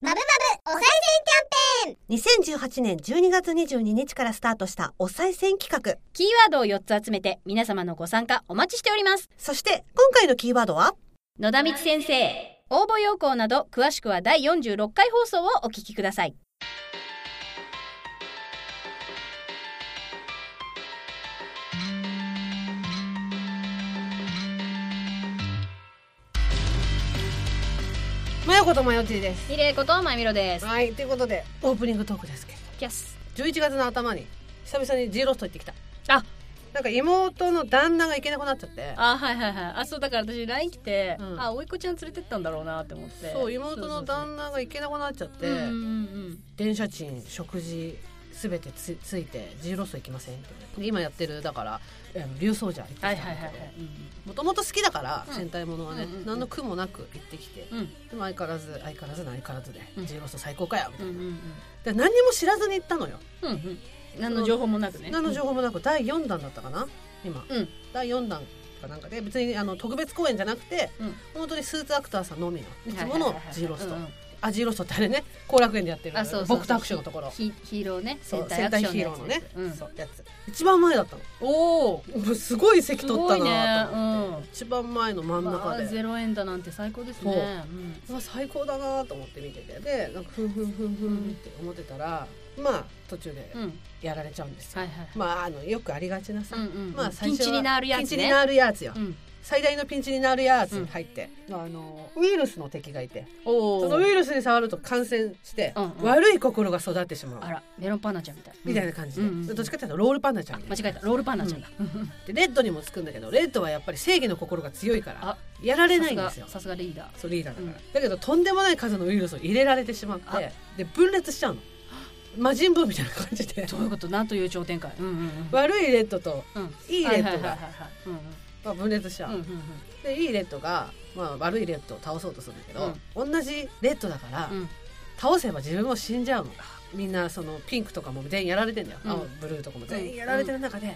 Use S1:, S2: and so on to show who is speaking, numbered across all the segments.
S1: まぶまぶおさい銭キャンペーン
S2: 2018年12月22日からスタートしたお賽銭企画。
S3: キーワードを4つ集めて皆様のご参加お待ちしております。
S2: そして、今回のキーワードは
S3: 野田道先生、応募要項など詳しくは第46回放送をお聞きください。
S2: マヨコとマヨチーです。
S3: ひれいことまみろです。
S2: はい、ということで、オープニングトークですけれ
S3: キャス。
S2: ど、11月の頭に、久々に G ロスト行ってきた。
S3: あ、
S2: なんか妹の旦那が行けなくなっちゃって。
S3: あ、はいはいはい。あ、そうだから私 LINE 来て、
S2: うん
S3: あ、おいっ子ちゃん連れてったんだろうなって思って。
S2: そう、妹の
S3: っ
S2: 旦那が行けなくなっちゃって、
S3: うんうん
S2: 電車賃、食事、すべてつついて G ロスト行きませんって言われてで今やってる、だから、えー竜奏者行ってき
S3: うん。
S2: た
S3: は
S2: ん
S3: いはいはいは
S2: だ
S3: い
S2: けど。もともと好きだから、
S3: うん
S2: 戦隊ものはね、
S3: うんうんうん
S2: 何の苦もなく行ってきて、
S3: うん。うん。
S2: でも相変わらず相変わらずの相変わらずで、
S3: うん
S2: G ロスト最高かよみた
S3: う
S2: い
S3: ん
S2: な、
S3: うんうん。
S2: で何にも知らずに行ったのよ
S3: うんうん。何の情報もなくね。
S2: 何の情報もなく第4弾だったかな今、
S3: うん
S2: 第4弾かなんかで別にあの特別公演じゃなくて、
S3: うん
S2: 本当にスーツアクターさんのみのいつ
S3: はい
S2: も
S3: はい
S2: の
S3: はいはい
S2: G ロスト、
S3: うんうん
S2: あ G ロストってあれね後楽園でやってる
S3: あそうそう
S2: 僕と握手のところ
S3: ヒヒーローね。
S2: そう戦
S3: 戦隊
S2: 隊
S3: アク
S2: ヒ
S3: シ
S2: ー
S3: ョ
S2: ロ
S3: ン
S2: ー
S3: の
S2: の
S3: や
S2: ね
S3: つ、うん
S2: そうやつ一番前だったの
S3: おお。
S2: もうすごい席
S3: す
S2: 取っ
S3: ご
S2: た
S3: いね
S2: な、と
S3: う
S2: 思って
S3: ん。
S2: 一番前の真ん
S3: ま
S2: 中
S3: あ、
S2: で
S3: ゼロ円だなんて最高です
S2: そう
S3: ね。うん
S2: うわ最高だなと思って見ててでなんかふんふんふんふんって思ってたらまあ途中で
S3: うん、
S2: やられちゃうんですよ、
S3: はいはい。
S2: まああのよくありがちなさ、
S3: うんうんうん、
S2: まあ最
S3: ピン
S2: 初は
S3: チになる
S2: ピ
S3: やつね。
S2: ンチになるやつよ、
S3: うん、
S2: 最大のピンチになるやつに入って、まあ、あのウイルスの敵がいて
S3: お
S2: そ
S3: お。
S2: のウイルスに触ると感染して、
S3: うんうん
S2: 悪い心が育ってしまう
S3: あら、メロンパンナちゃんみたい。
S2: みたいな感じで、
S3: うんうんうん
S2: どっちかっていうとロールパンダちゃんみた
S3: 間
S2: いな
S3: 違えた、ロールパンナちゃんだ。
S2: でレッドにもつくんだけどレッドはやっぱり正義の心が強いから
S3: あ
S2: やられないんですよ
S3: さすがさすがリーダー。
S2: そうリーダーだから、
S3: う
S2: だけどとんでもない数のウイルスを入れられてしまっ
S3: あ
S2: てで分裂しちゃうの魔人ブーみたいな感じで
S3: どういうこと、なんという頂点か。うんうんうん。
S2: 悪いレッドと
S3: うん
S2: いいレッドが
S3: はいはいはいはいはい。うん
S2: まあ分裂しちゃう、
S3: うんうんうん
S2: でいいレッドが、まあ、悪いレッドを倒そうとするんだけど、同じレッドだから、
S3: うん。うん
S2: 倒せば自分も死んじゃうのみんなそのピンクとかも全員やられてんだよ、
S3: うん
S2: 青ブルーとかも全員やられてる中で、や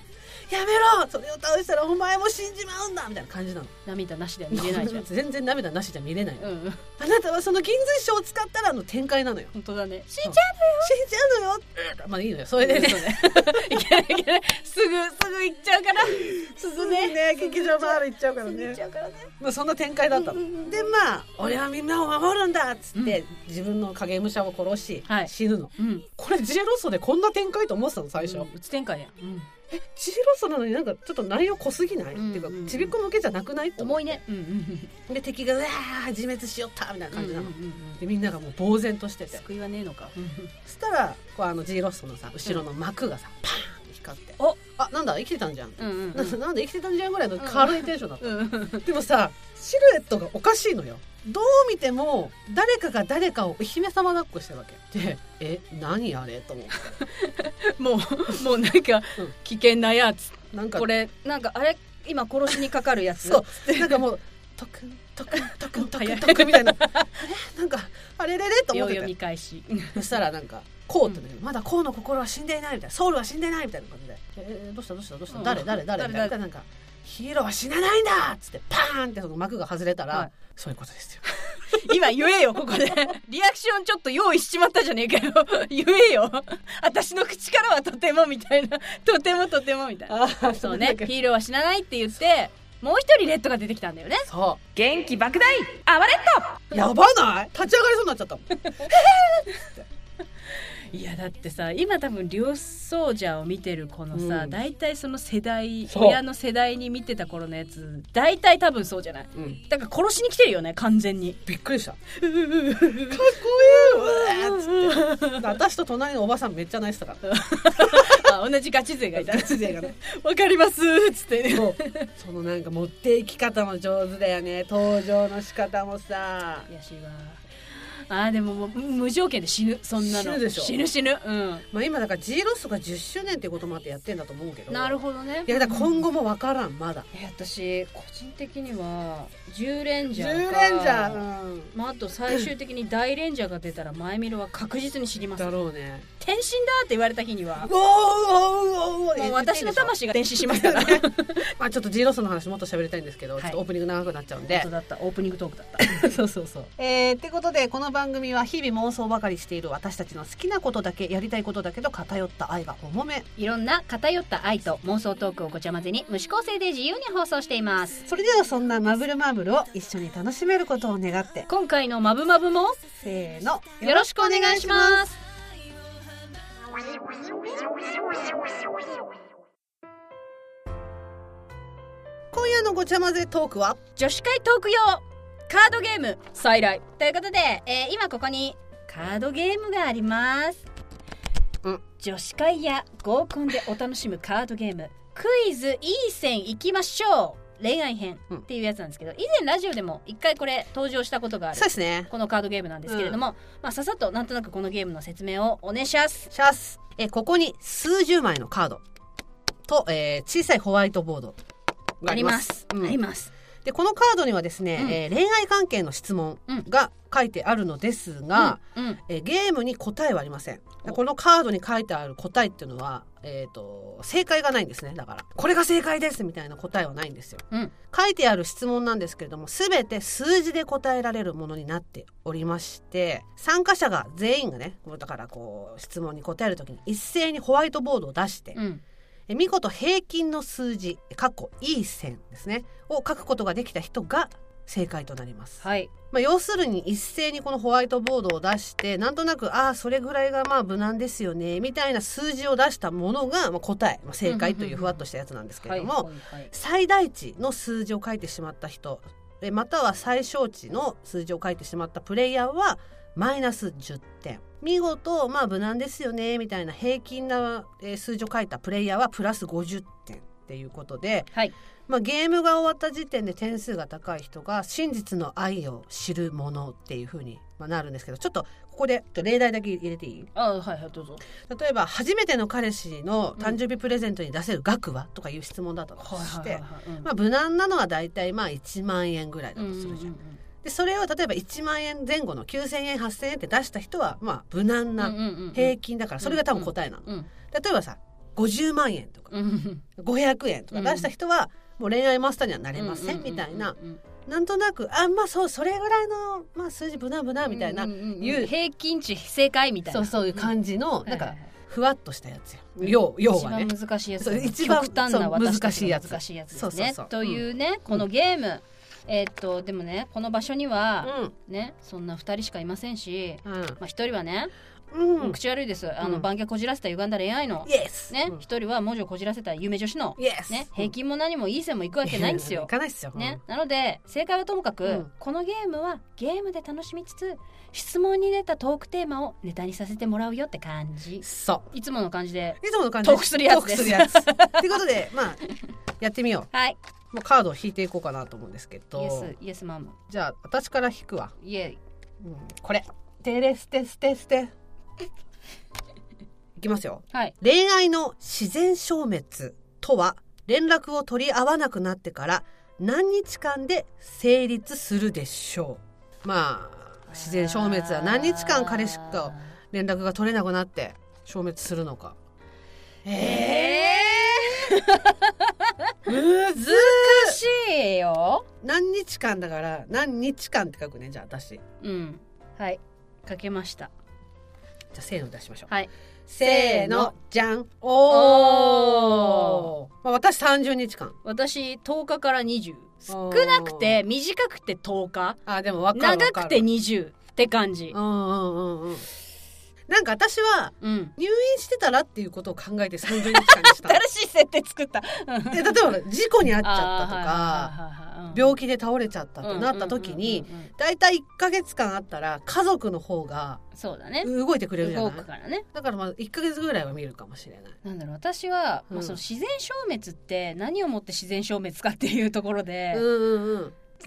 S2: めろそれを倒したらお前も死んじまうんだみたいな感じなの
S3: 涙なしでは見れないじゃ ん。
S2: 全然涙なしじゃ見れないの、
S3: うんうん、
S2: あなたはその銀髄賞を使ったらの展開なのよ
S3: 本当だね。し
S2: んじ死んじゃうのよまあいいのよそれでね
S3: いけないいけない。すぐ、すぐ行っちゃうから。すぐね。
S2: ね劇場回る行っちゃうから
S3: すぐ行っ
S2: ね
S3: ちゃうからね。
S2: まあそんな展開だったの、
S3: うんうんうん
S2: でまあ俺はみんなを守るんだっつって、自分の影武者を殺し、
S3: はい
S2: 死ぬの
S3: うん。
S2: これジェロソでこんな展開と思ってたの最初、
S3: うんうつ展開や。うん。
S2: ジェロソなのになんかちょっと内容濃すぎない、
S3: うん
S2: っていう
S3: うん
S2: かちびっこ向けじゃなくないと思っ
S3: 重いね。うんうんうん。
S2: てで敵が「うわー自滅しよった」みたいな感じなの、
S3: うんうんうんうん
S2: でみんながもう呆然としてて
S3: 救いはねえのか。
S2: そしたらこうあのジーロストのさ後ろの幕がさパーンって光って「
S3: お
S2: あなんだ生きてたんじゃん」
S3: うんうんうん
S2: ななんだ生きてたんじゃんぐらいの軽いテンションだった、
S3: うん。
S2: でもさシルエットがおかしいのよどう見ても誰かが誰かをお姫様抱っこしてるわけで「え何あれ?」と思って
S3: もう、 もうなんか
S2: うん、
S3: 危険なやつ。
S2: なんか
S3: これ、なんか、あれ、今殺しにかかるや つ。
S2: そう。なんかもう「とくんとくんとくんとくんとくん」みたいな「あれなんかあれれれ?」と思
S3: 秒
S2: って
S3: 読
S2: た
S3: み返し。
S2: そしたらなんか「こう」って言うんだけど、まだこうの心は死んでいない」みたいな「ソウルは死んでいない」みたいな感じで「えーどうしたどうしたどうした、
S3: うん
S2: 誰誰誰?」
S3: 誰
S2: みたいななんか「ヒーローは死なないんだ!」っつってパーンってその幕が外れたら、
S3: はい
S2: そういうことですよ。
S3: 今言えよ、ここで。 リアクションちょっと用意しちまったじゃねえかよ。 言えよ。私の口からはとてもみたいな。とてもとてもみたいな。そ うね。ヒーローは死なないって言って、もう一人レッドが出てきたんだよね。
S2: そ
S3: 元気爆大アワレッ
S2: うやばない立ち上がりそうになっちゃったもん
S3: トいやだってさ今多分両奏者を見てるこのさ、
S2: うん
S3: 大体その世代
S2: そう
S3: 親の世代に見てた頃のやつ大体多分そうじゃない
S2: うん、
S3: だから殺しに来てるよね完全 に
S2: びっくりした。か
S3: ううううう
S2: っこいいわーっつって私と隣のおばさんめっちゃ泣いてたから。
S3: あ同じガチ勢がいた
S2: ガチ勢がね
S3: わかりますっつってね
S2: そうそのなんか持っていき方も上手だよね登場の仕方もさ
S3: 悔しいわあーでももう無条件で死ぬそんなの
S2: 死ぬでしょ
S3: 死ぬ死ぬうん
S2: まあ今だから G ロスが10周年っていうこともあってやってんだと思うけど
S3: なるほどね
S2: いやだから今後も分からんまだ
S3: いや私個人的には10レンジャー
S2: 10
S3: か
S2: 連じゃん、
S3: まあ、あと最終的に大レンジャーが出たら前見るは確実に知ります
S2: だろうね
S3: 転身だって言われた日には
S2: うおうおうおうおう
S3: もう私の魂が転身します から
S2: ねまあちょっと G ロスの話もっと喋りたいんですけど、
S3: はい
S2: ちょっとオープニング長くなっちゃうんで
S3: 本当だったオープニングトークだった そうそうそう
S2: えー、ってことでこの番番組は日々妄想ばかりしている私たちの好きなことだけやりたいことだけど偏った愛が重め
S3: いろんな偏った愛と妄想トークをごちゃ混ぜに無視構成で自由に放送しています
S2: それではそんなマブルマーブルを一緒に楽しめることを願って
S3: 今回のマブマブも
S2: せーの
S3: よろしくお願いします
S2: 今夜のごちゃ混ぜトークは
S3: 女子会トーク用カードゲーム再来ということで、えー今ここにカードゲームがあります、
S2: うん
S3: 女子会や合コンでお楽しむカードゲームクイズいい線いきましょう恋愛編
S2: うん
S3: っていうやつなんですけど以前ラジオでも一回これ登場したことがある
S2: そうですね
S3: このカードゲームなんですけれども、まあささっとなんとなくこのゲームの説明をお願いします
S2: シャスえここに数十枚のカードと、えー小さいホワイトボードが
S3: あ
S2: あ
S3: り
S2: ります
S3: ます、
S2: うん
S3: あります
S2: でこのカードにはですね、
S3: うん
S2: えー恋愛関係の質問が書いてあるのですが、
S3: うんうん
S2: えーゲームに答えはありません
S3: お
S2: このカードに書いてある答えっていうのは、えー、と正解がないんですねだからこれが正解ですみたいな答えはないんですよ
S3: うん
S2: 書いてある質問なんですけれども全て数字で答えられるものになっておりまして参加者が全員がねこうだからこう質問に答える時に一斉にホワイトボードを出して、
S3: うん
S2: え見事平均の数字かっこいい線ですねを書くことができた人が正解となります、
S3: はい
S2: まあ、要するに一斉にこのホワイトボードを出してなんとなくああそれぐらいがまあ無難ですよねみたいな数字を出したものがまあ答え、まあ、正解というふわっとしたやつなんですけれども、
S3: はいはいはい
S2: 最大値の数字を書いてしまった人えまたは最小値の数字を書いてしまったプレイヤーはマイナス10点見事まあ無難ですよねみたいな平均なえー数字を書いたプレイヤーはプラス50点っていうことで、
S3: はい
S2: まあ、ゲームが終わった時点で点数が高い人が真実の愛を知るものっていうふうにまあなるんですけどちょっとここで例題だけ入れていい
S3: あはいはいどうぞ
S2: 例えば初めての彼氏の誕生日プレゼントに出せる額は、とかいう質問だったとして、
S3: はいうん
S2: まあ、無難なのは大体まあ1万円ぐらいだとするじゃん。
S3: うんうんうん
S2: でそれを例えば1万円前後の9,000円8,000円って出した人はまあ無難
S3: うん
S2: な
S3: うんうんうん
S2: 平均だからそれが多分答えなの。
S3: うん
S2: 例えばさ50万円とか
S3: うん
S2: 500円とか出した人はもう恋愛マスターにはなれませんみたいな
S3: うんうん
S2: なんとなくあまあそうそれぐらいの、まあ、数字無難無難みたいな、
S3: うんうんうんうん
S2: いう
S3: 平均値正解みたいな
S2: そうそういう感じの、
S3: うん
S2: なん
S3: は
S2: か
S3: いはいはい
S2: ふわっとしたやつよ。要要
S3: 一
S2: はね
S3: 番。難しいやつ
S2: そう一番
S3: 極端な
S2: そう
S3: 私た
S2: 難
S3: ち
S2: しいやつ
S3: 難しいやつです
S2: そ
S3: ね
S2: うそうそう
S3: というね、このゲームえーっとでもねこの場所には、ねそんな二人しかいませんしまあ一人はね、
S2: うん、うん、うん、
S3: 口悪いですあの、
S2: うん
S3: 番犬こじらせた歪んだ恋愛の
S2: イエス。
S3: ね
S2: うん
S3: 一、人は文字をこじらせた夢女子の、
S2: イエス。
S3: ね、平均も何もいい線もいくわけないんですよ
S2: い。かないっすよ。
S3: ね、なので正解はともかく、
S2: うん
S3: このゲームはゲームで楽しみつつ質問に出たトークテーマをネタにさせてもらうよって感じ
S2: そ
S3: いつもの感じで
S2: う。いつもの感じ
S3: 得するやつです
S2: 得るやつっていうことで、まあ、やってみよ
S3: はい、
S2: う。もうカードを引いていこうかなと思うんですけ
S3: イエ
S2: ど。
S3: スイエスママ
S2: じゃあ、私から引くわ。
S3: イエ
S2: うんこれ。テレステステステ。いきますよ。
S3: はい
S2: 恋愛の自然消滅とは、連絡を取り合わなくなってから何日間で成立するでしょう。まあ、自然消滅は何日間彼氏かを連絡が取れなくなって消滅するのか。
S3: え
S2: むずー
S3: ー、欲しいよ
S2: 何日間だから何日間って書くねじゃあ私じゃ
S3: うんはいかけました
S2: あせーので出しましょう、
S3: はい
S2: せーのじゃん
S3: お
S2: おーまあ、私30日間
S3: 私10日から20少なくて短くて10日
S2: あーでも分かる
S3: 長
S2: 分かる
S3: くて20って感じ
S2: うんうんうんうんなんか私は
S3: うん
S2: 入院してたらっていうことを考えて30日間にした で
S3: 新しい設定作った
S2: 例えば事故に遭っちゃったとか
S3: か
S2: 病
S3: 気
S2: 気で倒れちゃったとなった時にだいたい1ヶ月間あったら家族の方が
S3: そうだね
S2: 動いてくれるじゃ
S3: 動
S2: な
S3: く
S2: い
S3: からね
S2: だからまあ1ヶ月ぐらいは見るかもしれない
S3: なんだろう私は、
S2: うん
S3: まあ、その自然消滅って何をもって自然消滅かっていうところで、
S2: うんうん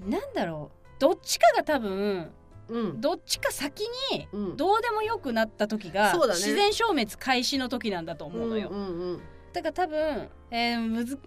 S3: なんだろうどっちかが多分
S2: うん
S3: どっちか先に
S2: うんうん
S3: どうでもよくなった時が、
S2: そうだね
S3: 自然消滅開始の時なんだと思うのよ、
S2: うんうんうん
S3: だから多分、えーむず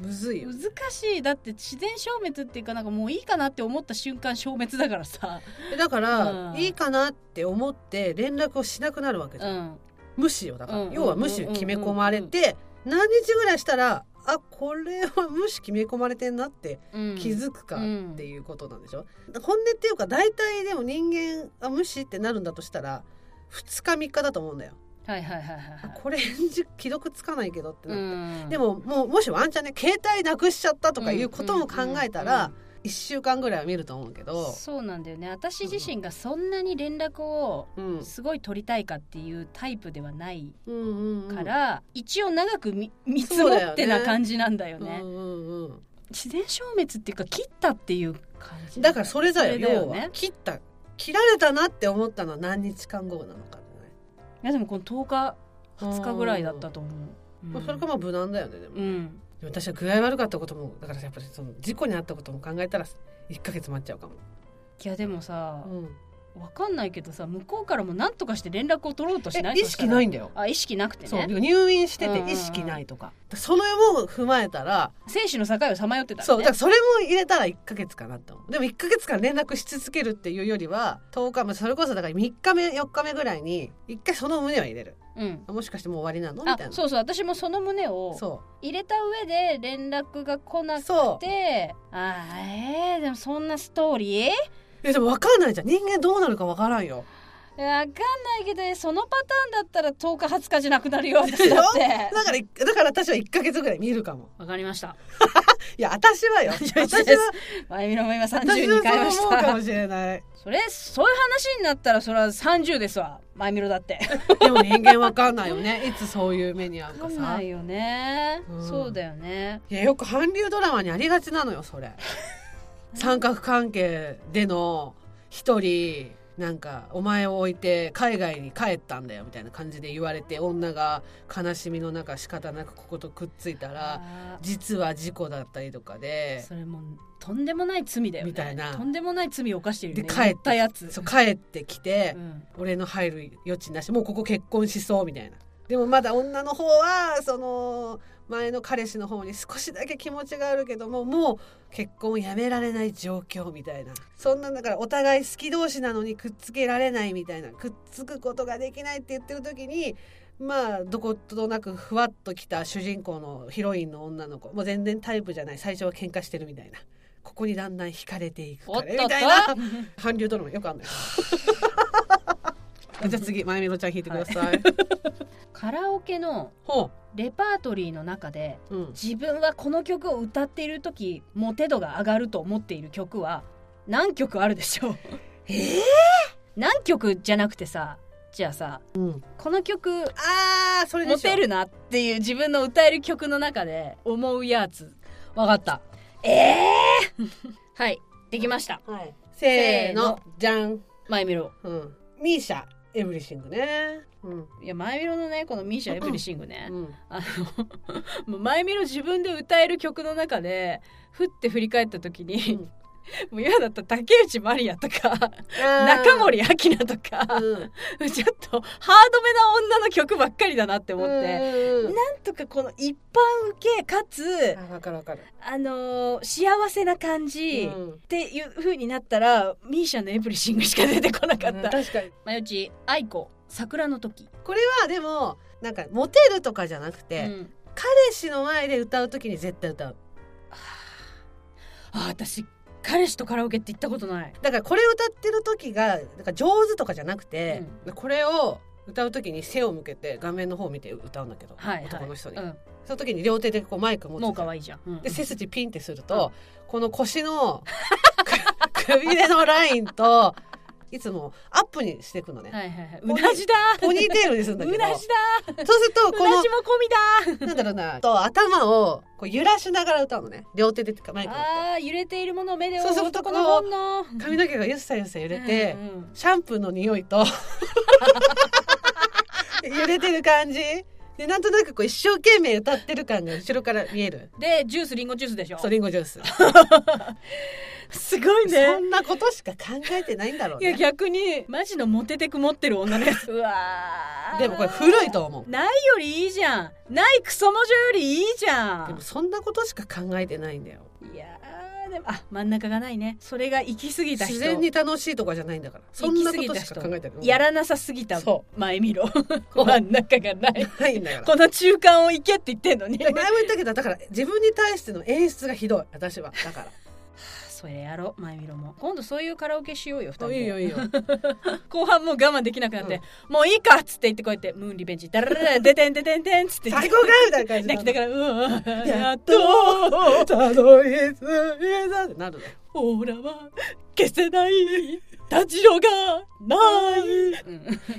S2: むずいよ
S3: 難しいだって自然消滅っていうかなんかもういいかなって思った瞬間消滅だからさ、
S2: えだから、
S3: うん
S2: いいかなって思って連絡をしなくなるわけじ
S3: う
S2: ゃん、
S3: ん、
S2: 無視よだから、
S3: うん
S2: 要は無視を決め込まれて、何日ぐらいしたらあこれは無視決め込まれてんなって
S3: うん
S2: 気づくかっていうことなんでしょ、本音っていうか大体でも人間あ無視ってなるんだとしたら2日3日だと思うんだよ
S3: はいはいはいはい
S2: あ
S3: はい
S2: これ返事既読つかないけどってなって、
S3: うん
S2: でももうもしワンチャンね携帯なくしちゃったとかいうことも考えた
S3: うんうんうん
S2: ら1週間ぐらいは見ると思うけど、
S3: そうなんだよね私自身がそんなに連絡を
S2: うん
S3: すごい取りたいかっていうタイプではない
S2: うんうんうん、
S3: から、一応長く見見積もってな感じなんだよ
S2: うん
S3: ね
S2: うんうん
S3: 自然消滅っていうか切ったっていう感じ
S2: だからそれだよ
S3: それだよ
S2: 要
S3: ね
S2: は切った切られたなって思ったのは何日間後なのか
S3: いやでもこの10日
S2: じゃない
S3: 20日ぐらいだったと思う、
S2: うん
S3: う
S2: ま
S3: ん
S2: あそれかまあ無難だよねでも、
S3: うん
S2: でも私は具合悪かったこともだからやっぱりその事故にあったことも考えたら1ヶ月待っちゃうかも、
S3: いやでもさ、
S2: うん
S3: わかんないけどさ向こうからも何とかして連絡を取ろうとしない
S2: え意識ない
S3: ん
S2: んだよ
S3: あ意識なくて
S2: そう
S3: ね
S2: 入院して
S3: うんうんうん
S2: て意識ないとか、そのも踏まえたら
S3: 生死の境をさまよってた
S2: そう
S3: ね
S2: だからそれも入れたら1ヶ月かなと思うでも1ヶ月間連絡し続けるっていうよりは10日まあそれこそだから3日目4日目ぐらいに1回その胸は入れる
S3: うん
S2: あもしかしてもう終わりなのみ
S3: あ
S2: たいな
S3: そうそう私もその胸を
S2: そう
S3: 入れた上で連絡が来なく
S2: そ
S3: てあーえー、でもそんなストーリ
S2: う
S3: ー
S2: えでも分かんないじゃん人間どうなるか分からん よ
S3: わかんないけどそのパターンだったら10日20日じゃなくなるよ 私だっ
S2: で
S3: て
S2: だからだから私は1ヶ月ぐらい見るかも
S3: わかりました
S2: いや私は よ
S3: い
S2: 私
S3: や
S2: は
S3: 違うまゆみのも今
S2: 私
S3: 32
S2: は
S3: 回ま
S2: そう
S3: し
S2: 思うか
S3: た
S2: もしれ ない
S3: それそういう話になったらそれは30ですわまゆみろだって
S2: でも人間分かんないよねいつそういう目に遭う
S3: わか
S2: か
S3: ん
S2: さ
S3: ない
S2: い
S3: よね、
S2: うん
S3: そうだよね
S2: やよく韓流ドラマにありがちなのよそれ三角関係での一人なんかお前を置いて海外に帰ったんだよみたいな感じで言われて女が悲しみの中仕方なくこことくっついたら
S3: あ
S2: 実は事故だったりとか
S3: ー
S2: で
S3: それもうとんでもない罪だよね
S2: みたいな
S3: とんでもない罪を犯してるよね
S2: で帰って
S3: 言ったやつ
S2: そう帰ってきて、
S3: うん
S2: 俺の入る余地なしもうここ結婚しそうみたいなでもまだ女の方はその前の彼氏の方に少しだけ気持ちがあるけどももう結婚をやめられない状況みたいなそんなだからお互い好き同士なのにくっつけられないみたいなくっつくことができないって言ってる時にまあどことなくふわっときた主人公のヒロインの女の子もう全然タイプじゃない最初は喧嘩してるみたいなここにだんだん惹かれていく
S3: お
S2: か
S3: っ
S2: ら
S3: と
S2: み
S3: っと
S2: たいな韓流ドラマよくある のよじゃあ次まゆみのちゃん弾いてください、
S3: カラオケの
S2: ほ
S3: レパートリーの中で
S2: う、うん、
S3: 自分はこの曲を歌っている時モテ度が上がると思っている曲は何曲あるでしょう
S2: え
S3: 何曲じゃなくてさじゃあさ
S2: うん、
S3: この曲
S2: あーそれでし
S3: モ
S2: ょ
S3: テるなっていう自分の歌える曲の中で思うやつ
S2: わかった
S3: ええ はいできました
S2: はいせーの
S3: せーの
S2: じゃん
S3: まゆみろ
S2: うんミーシャエブリシングねうん、
S3: いやまゆみろのねこのミーシャエブリシングね
S2: うん、
S3: あの もうまゆみろ自分で歌える曲の中でふって振り返った時に、
S2: うん
S3: もう今だったら竹内まりやとか中森明菜とか、
S2: うん、
S3: ちょっとハードめな女の曲ばっかりだなって思って、
S2: うん
S3: なんとかこの一般受けかつ
S2: あわかるわかる、
S3: あのー幸せな感じ、
S2: う
S3: っ
S2: ん
S3: ていう風になったらミーシャのエブリシングしか出てこなかった、
S2: 確かに
S3: まよち愛子桜の時
S2: これはでもなんかモテるとかじゃなくて、
S3: うん
S2: 彼氏の前で歌うときに絶対歌う
S3: あ私彼氏とカラオケって行ったことない
S2: だからこれを歌ってる時がなんか上手とかじゃなくて、これを歌う時に背を向けて画面の方を見て歌うんだけど、
S3: はい、はい、
S2: 男の人に、
S3: うん
S2: その時に両手でこうマイク持
S3: もう
S2: つ
S3: 可愛いじゃん、うん
S2: で背筋ピンってすると、この腰のく くびれのラインといつもアップにしていくのね、
S3: はいはいはいう
S2: ポニー
S3: なじだ
S2: ポニーテールにするんだけ
S3: う
S2: ど
S3: なじだ
S2: そうすると
S3: う
S2: こ
S3: な
S2: の
S3: じも込み
S2: なんだろうなと頭をこう揺らしながら歌うのね両手でマイク持っ
S3: だあー揺れているものを目で追
S2: そうそうう
S3: 男の本能
S2: て髪の毛がゆっさゆっさ揺れて。
S3: うんうん
S2: シャンプーの匂い と揺れてる感じでなんとなくこう一生懸命歌ってる感が後ろから見える
S3: でジュースリンゴジュースでしょ
S2: そうリンゴジュース、
S3: すごい
S2: そんなことしか考えてないんだろう
S3: いや
S2: ね
S3: 逆にマジのモテてく持ってる女ですうわー
S2: でもこれ古いと思う
S3: ないよりいいじゃんないクソモジョよりいいじゃ
S2: でも
S3: ん
S2: そんなことしか考えてないんだよ
S3: いやーでもあ真ん中がないねそれが行き過ぎた人
S2: 自然に楽しいとかじゃないんだからそんなことしか考えてない
S3: やらなさすぎた
S2: そ
S3: 前見ろ真ん中がない
S2: ないんだから
S3: この中間を行けって言ってんのに
S2: で前も言ったけどだから自分に対しての演出がひどい私はだから
S3: それやろう前見ろも今度そういうカラオケしようよ二人で
S2: いいよいいよ
S3: 後半もう我慢できなくなって、もういいかっつって言ってこうやってムーンリベンジダラララでてんでてんでんっつって
S2: 最高かみたいな感じ
S3: 泣きながら「うわや
S2: や
S3: っ
S2: っ
S3: と
S2: たどり着いたってなるの
S3: オーラは消せないたじろがな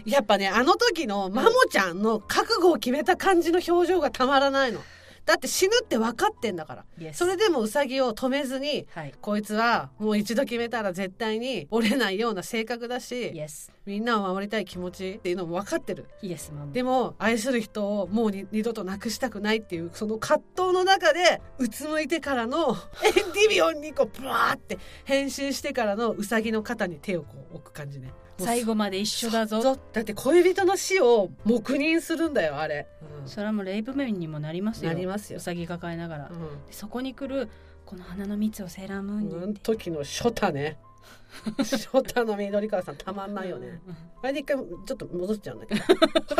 S3: い」
S2: やっぱねあの時のマモちゃんの覚悟を決めた感じの表情がたまらないのだって死ぬって分かってんだからそれでもウサギを止めずに
S3: はい
S2: こいつはもう一度決めたら絶対に折れないような性格だし
S3: Yes
S2: みんなを守りたい気持ちっていうのも分かってる
S3: Yes マム
S2: でも愛する人をもうに二度となくしたくないっていうその葛藤の中でうつむいてからのエンディビオンにこうブワーって変身してからのウサギの肩に手をこう置く感じねもう
S3: 最後まで一緒だぞ
S2: そうだって恋人の死を黙認するんだよあれ、
S3: それはもうレイブメンにもなりますよ
S2: なりますよ
S3: うさぎ抱えながら、
S2: うんうん
S3: そこに来るこの花の蜜をセーラームーンに、
S2: あの時のショタ ねショタの緑川さんたまんないよね
S3: うん
S2: あれで一回ちょっと戻っちゃうんだけど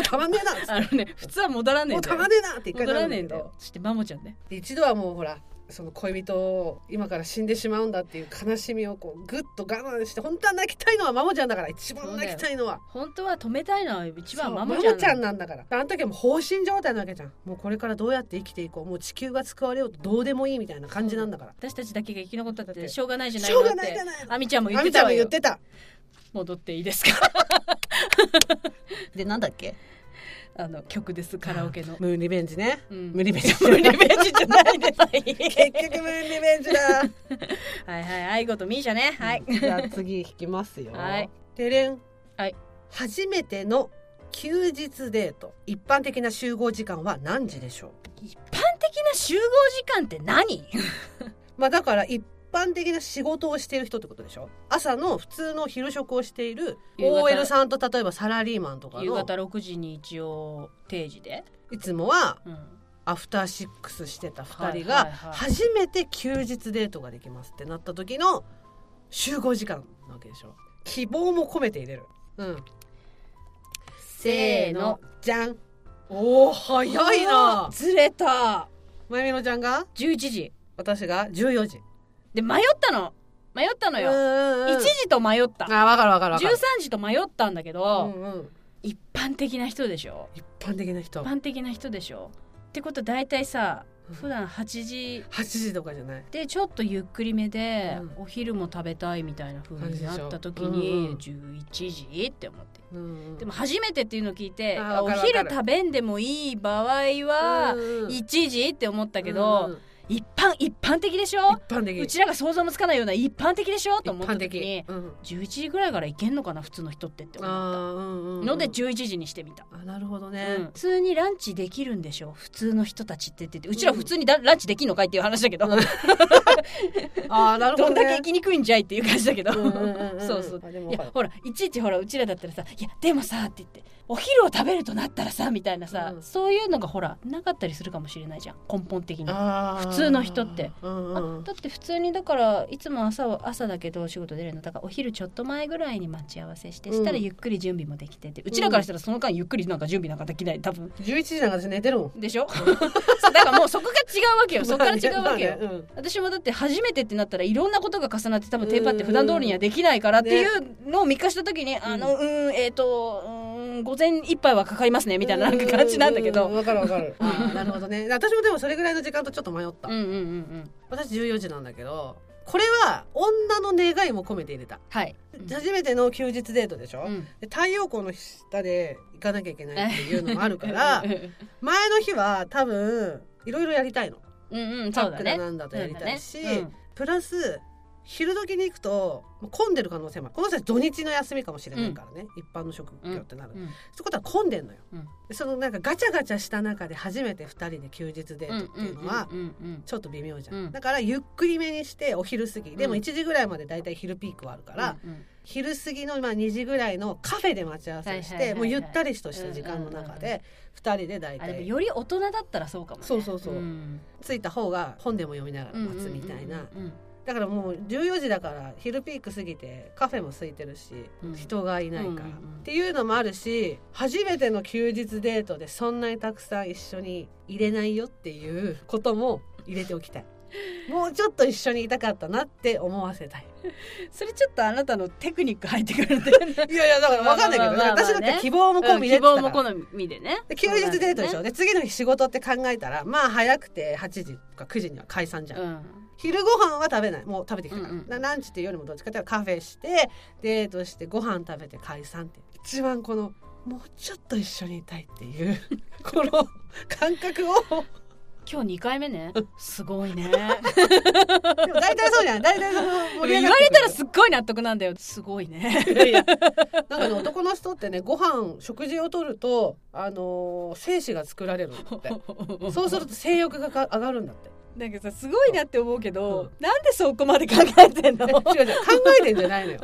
S2: たまんねえなっつって
S3: あのね普通は戻らねえ
S2: も
S3: ん
S2: う
S3: だ
S2: た
S3: よ
S2: まんねえなって一回
S3: 戻
S2: なる
S3: ら
S2: ん
S3: ね
S2: だ
S3: え
S2: け
S3: んだよ
S2: ど
S3: そしてマモちゃんね
S2: で一度はもうほらその恋人を今から死んでしまうんだっていう悲しみをこうグッと我慢して本当は泣きたいのはマモちゃんだから一番泣きたいのは
S3: 本当は止めたいのは一番
S2: そう
S3: マモちゃんなの
S2: なんだからあの時はもう放心状態なわけじゃんもうこれからどうやって生きていこうもう地球が救われようとどうでもいいみたいな感じなんだから
S3: 私たちだけが生き残ったっ
S2: だってて
S3: しょうがないじゃない
S2: し
S3: の
S2: ょ
S3: っ
S2: う
S3: て
S2: がないじゃない
S3: アミちゃんも言
S2: あ
S3: って
S2: みちゃ
S3: た
S2: んも
S3: わ
S2: 言っ
S3: よ
S2: てた
S3: 戻っていいですか
S2: でなんだっけ
S3: あの曲ですカラオケの、
S2: ムーンリベンジね、
S3: うん
S2: ムーンリベンジ
S3: 無理ベンジじゃないです
S2: 結局ムーンリベン ジだ
S3: はいはい愛子とミーシャねはい、
S2: じゃあ次弾きますよ
S3: はい
S2: てれん
S3: はい
S2: 初めての休日デート一般的な集合時間は何時でしょう
S3: 一般的な集合時間って何
S2: まあだから一般的な仕事をしている人ってことでしょ朝の普通の昼食をしている
S3: 夕方
S2: OL さんと例えばサラリーマンとか
S3: 夕
S2: の
S3: 方6時に一応定時で、
S2: いつもは
S3: うん、
S2: アフターシックスしてた2人
S3: はい
S2: が
S3: はいはい
S2: 初めて休日デートができますってなった時の集合時間なわけでしょ希望も込めて入れるうん
S3: せーの
S2: じゃんおお早いな
S3: ずれた
S2: まゆみのちゃんが
S3: 11時
S2: 私が14時
S3: で迷ったの迷ったのよ1
S2: 1
S3: 時と迷った
S2: あわかるわかるわか
S3: 13
S2: る
S3: 時と迷ったんだけど、
S2: うんうん
S3: 一般的な人でしょ
S2: 一般的な人
S3: 一般的な人でしょってこと大体さ
S2: うん
S3: 普段8時
S2: 8時とかじゃない
S3: でちょっとゆっくりめで、
S2: う
S3: お昼も食べたいみたいな風になった時
S2: 感じでしょうん
S3: に、
S2: うん
S3: 11時って思ってで
S2: で
S3: も初めてっていうのを聞いて
S2: あーわかる
S3: お
S2: わかる
S3: 昼食べんでもいい場合は1時って思ったけど、一般一般的でしょ
S2: 一般的
S3: うちらが想像もつかないような一般的でしょ
S2: 一
S3: と思った
S2: 般
S3: 時に
S2: 的うん
S3: 11時ぐらいからいけんのかな普通の人ってって
S2: あ
S3: 思っ
S2: ーうんうんう
S3: た
S2: ん
S3: ので11時にしてみた。
S2: あなるほどね
S3: うん普通にランチできるんでしょ普通の人たちって言っててうちら普通にだランチできんのかいっていう話だけど、
S2: うんああなるほ
S3: ど
S2: ど
S3: んだけ
S2: ね
S3: 行きにくいんじゃいっていう感じだけど、
S2: うんうんうんうん
S3: そうそう
S2: あでも
S3: い
S2: わか
S3: や
S2: る
S3: ほらいちいちほらうちらだったらさ「いやでもさ」って言って「お昼を食べるとなったらさ」みたいなさ、
S2: うん
S3: そういうのがほらなかったりするかもしれないじゃん根本的に。
S2: あー
S3: 普通の人って
S2: うんうん
S3: あだって普通にだからいつも朝は朝だけどお仕事出るのだからお昼ちょっと前ぐらいに待ち合わせしてしたら
S2: うん
S3: ゆっくり準備もできてて、うちらからしたらその間ゆっくりなんか準備なんかできない多分
S2: 11時なんか私寝てるもん
S3: でしょ そうだからもうそこが違うわけよそこから 違うわけよ、
S2: まあねまあね うん
S3: 私もだって初めてってなったらいろんなことが重なって多分テーパって普段通りにはできないからっていうのを見返した時に、あのうーんえっ、とうーん午前一杯はかかりますねみたいななんか感じなんだけ
S2: うう
S3: ど
S2: うわかるわかるあーなるほどね私もでもそれぐらいの時間とちょっと迷った
S3: うんうんうんうん
S2: 私14時なんだけどこれは女の願いも込めて入れた
S3: はい、
S2: 初めての休日デートでしょ、
S3: うん
S2: で太陽光の下で行かなきゃいけないっていうのもあるから 前の日は多分いろいろやりたいの
S3: うんうん
S2: タ
S3: そう
S2: ッ
S3: だ
S2: クだ
S3: ね
S2: なんだとやりたいし、
S3: そうだねうん
S2: プラス昼時に行くと混んでる可能性もあるこの人は土日の休みかもしれないからね、一般の職業ってなる、
S3: う
S2: っ
S3: ん
S2: てことは混んでんのよ、
S3: うん
S2: でそのなんかガチャガチャした中で初めて2人で休日デートっていうのは
S3: うんうんうん
S2: ちょっと微妙じゃん、
S3: うん
S2: だからゆっくりめにしてお昼過ぎでも
S3: うん
S2: 1時ぐらいまでだいたい昼ピークはあるから、
S3: うんうん
S2: 昼過ぎのまあ2時ぐらいのカフェで待ち合わせをして、
S3: はいはいはいはい
S2: もうゆったりとした時間の中
S3: うんうん
S2: で2人で大
S3: あでも
S2: 体
S3: より大人だったらそうかもね
S2: そうそうそう
S3: うん
S2: 着いた方が本でも読みながら待つみたいな
S3: うんうんうんうん
S2: だからもう14時だから昼ピーク過ぎてカフェも空いてるし、
S3: うん
S2: 人がいないから、
S3: うんうんうん
S2: っていうのもあるし初めての休日デートでそんなにたくさん一緒に入れないよっていうことも入れておきた いもうちょっと一緒にいたかったなって思わせたい
S3: それちょっとあなたのテクニック入ってくるんだよ ね
S2: いやいやだから分かんないけど、
S3: まあまあまあまあね
S2: 私なんか希望 も込みでって言
S3: 希
S2: っ
S3: 望
S2: たか
S3: も
S2: ら
S3: 好みでね
S2: で休日デートでし
S3: そ
S2: ょ、
S3: う
S2: で次の日仕事って考えたらまあ早くて8時とか9時には解散じゃん、
S3: だよね
S2: 昼ご飯は食べないもう食べてきたから、
S3: うんうん
S2: なランチっていうよりもどっちかっていうとカフェしてデートしてご飯食べて解散って一番このもうちょっと一緒にいたいっていう この感覚を
S3: 今日二回目ねすごいね
S2: でも大体そうじゃない大体その盛り上
S3: 言
S2: が
S3: わ
S2: って
S3: れ
S2: くる
S3: たらすっごい納得なんだよすごいね
S2: なんかね男の人ってねご飯食事をとるとあのー精子が作られるん だって そうすると性欲がか上がるんだって
S3: なんかさすごいなって思うけど、
S2: うん
S3: なんでそこまで考えてんのな
S2: え違う違う考えてんじゃないのよ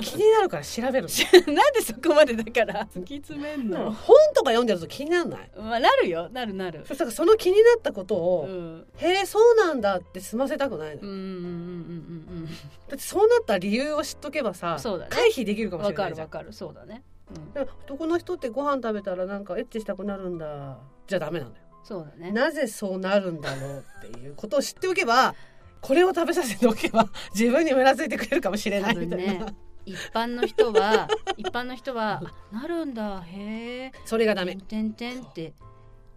S2: 気になるから調べる
S3: んでそこまでだから突き詰めん
S2: の
S3: の、
S2: 本とか読んでると気にならない
S3: まあ、なるよなるなる
S2: そしたらその気になったこと
S3: う
S2: を、
S3: ん
S2: へえそうなんだって済ませたくないの、
S3: うんうんうん
S2: だ
S3: うん
S2: ってそうなった理由を知っとけばさ、
S3: そうだね
S2: 回避できるか
S3: うん
S2: もし
S3: わ
S2: れない
S3: かる
S2: じゃ
S3: わ
S2: ん
S3: かるそうだね、うん、
S2: でも男の人ってご飯食べたらなんかエッチしたくなるんだじゃダメなんだよ
S3: そうだね
S2: なぜそうなるんだろうっていうことを知っておけばこれを食べさせておけば自分にムラついてくれるかもしれな
S3: 多
S2: いみ
S3: 分
S2: たい
S3: ね
S2: な、
S3: 一般の人は 一般の人 はあなるんだへえ
S2: それがダ
S3: て
S2: メ
S3: んてんてんって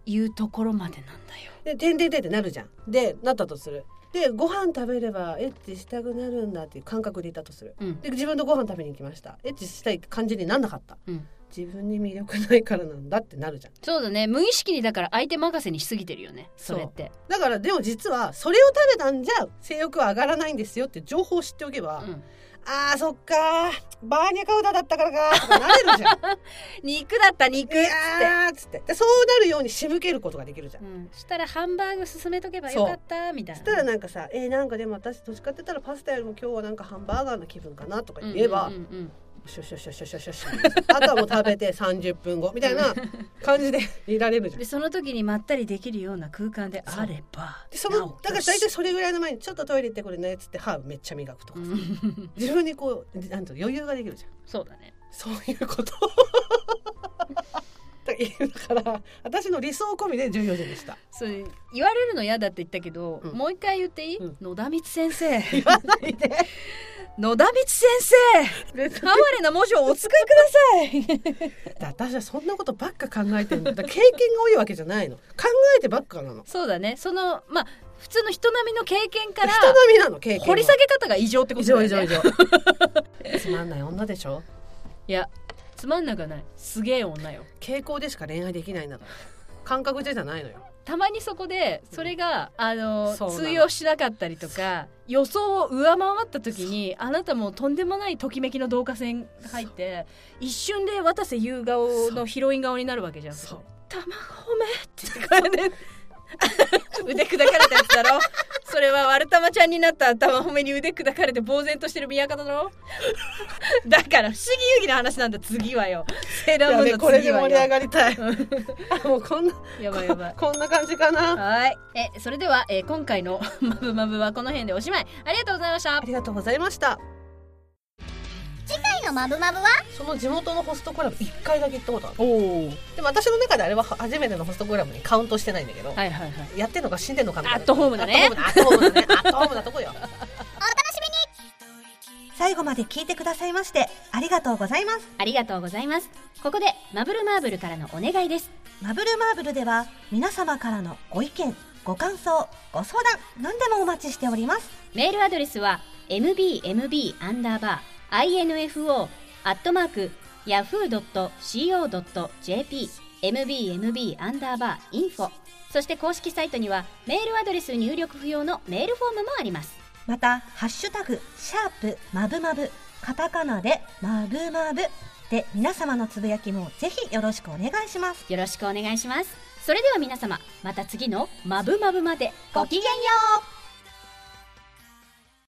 S3: いうところまでなんだよ
S2: で「てんてんてん」ってなるじゃんでなったとするでご飯食べればエッチしたくなるんだっていう感覚でいたとする
S3: うん
S2: で自分とご飯食べに行きましたエッチしたい感じになんなかった
S3: うん
S2: 自分に魅力ないからなんだってなるじゃん
S3: そうだね無意識にだから相手任せにしすぎてるよねそれって
S2: だからでも実はそれを食べたんじゃ性欲は上がらないんですよって情報を知っておけば、
S3: うん
S2: あーそっかーバーニャカウダだったからかーとかなれる じゃん
S3: 肉だった肉っつっ
S2: い
S3: て、
S2: やーっつってでそうなるように仕向けることができるじゃん、
S3: うん、したらハンバーグ進めとけばよかったみたいな
S2: そしたらなんかさ「えー、なんかでも私どっちかって言ったらパスタよりも今日はなんかハンバーガーの気分かな」とか言えば、
S3: うんうんうんうん
S2: シュシュシュシュシュシュシュあとはもう食べて30分後みたいな感じでいられるじゃん
S3: でその時にまったりできるような空間であれば
S2: でそ
S3: な
S2: の
S3: お
S2: だから大体それぐらいの前に「ちょっとトイレ行ってくるね」っつって歯めっちゃ磨くとか
S3: う
S2: さ、
S3: ん
S2: 自分にこうなんと余裕ができるじゃん
S3: そうだね
S2: そういうことだから私の理想込みで14時でした
S3: それ言われるの嫌だって言ったけど、
S2: うん
S3: もう一回言っていい、
S2: うん
S3: 野田光先生
S2: 言わないで
S3: 野田光先生哀れな文字をお使いください
S2: 私はそんなことばっか考えてるんだだから経験が多いわけじゃないの考えてばっかなの
S3: そうだねそのまあ普通の人並みの経験から
S2: 人並みなの経験は
S3: 掘り下げ方が異常ってこ
S2: 以
S3: とだよ
S2: 上
S3: ね
S2: 以上以上つまんない女でしょ
S3: いやつまんなくはないすげえ女よ
S2: 傾向でしか恋愛できないんだから感覚でじゃないのよ
S3: たまにそこでそれが、あの
S2: そうなの
S3: 通用しなかったりとか予想を上回った時にあなたもうとんでもないときめきの導火線入って一瞬で渡瀬優顔のヒロイン顔になるわけじゃん
S2: そう
S3: 卵めって感じで 腕砕かれたやつだろそれは悪玉ちゃんになった玉褒めに腕砕かれて呆然としてる宮方 だろだから不思議遊戯の話なんだ次はよセーラームーンの次はよ
S2: これで盛り上がりたいあ もうこんな
S3: やばいやばい
S2: こんな感じかな
S3: はい。え、それでは、えー今回の マブマブはこの辺でおしまい。ありがとうございました
S2: あ。りがとうございました
S1: 次回のマブマブは
S2: その地元のホストクラブ1回だけ行ったことある
S3: おお。
S2: でも私の中であれは初めてのホストクラブにカウントしてないんだけど、
S3: はいはいはい。
S2: やってんのか死んでんのかみたいな
S3: アットホームだ
S2: ア
S3: ね
S2: ットホームだねアットホームなとこよ
S4: 最後まで聞いてくださいましてありがとうございます
S5: ありがとうございます。ここでマブルマーブルからのお願いです。
S4: マブルマーブルでは皆様からのご意見ご感想ご相談何でもお待ちしております
S5: メールアドレスは mbmb アンダーバー info アットマーク yahoo.co.jp mbmb アンダーバー info そして公式サイトにはメールアドレス入力不要のメールフォームもあります。
S4: また「ハッシュタグシャープマブマブ」カタカナで「マブマブ」で皆様のつぶやきもぜひよろしくお願いします
S5: よろしくお願いします。それでは皆様、また次のマブマブまでごきげんよう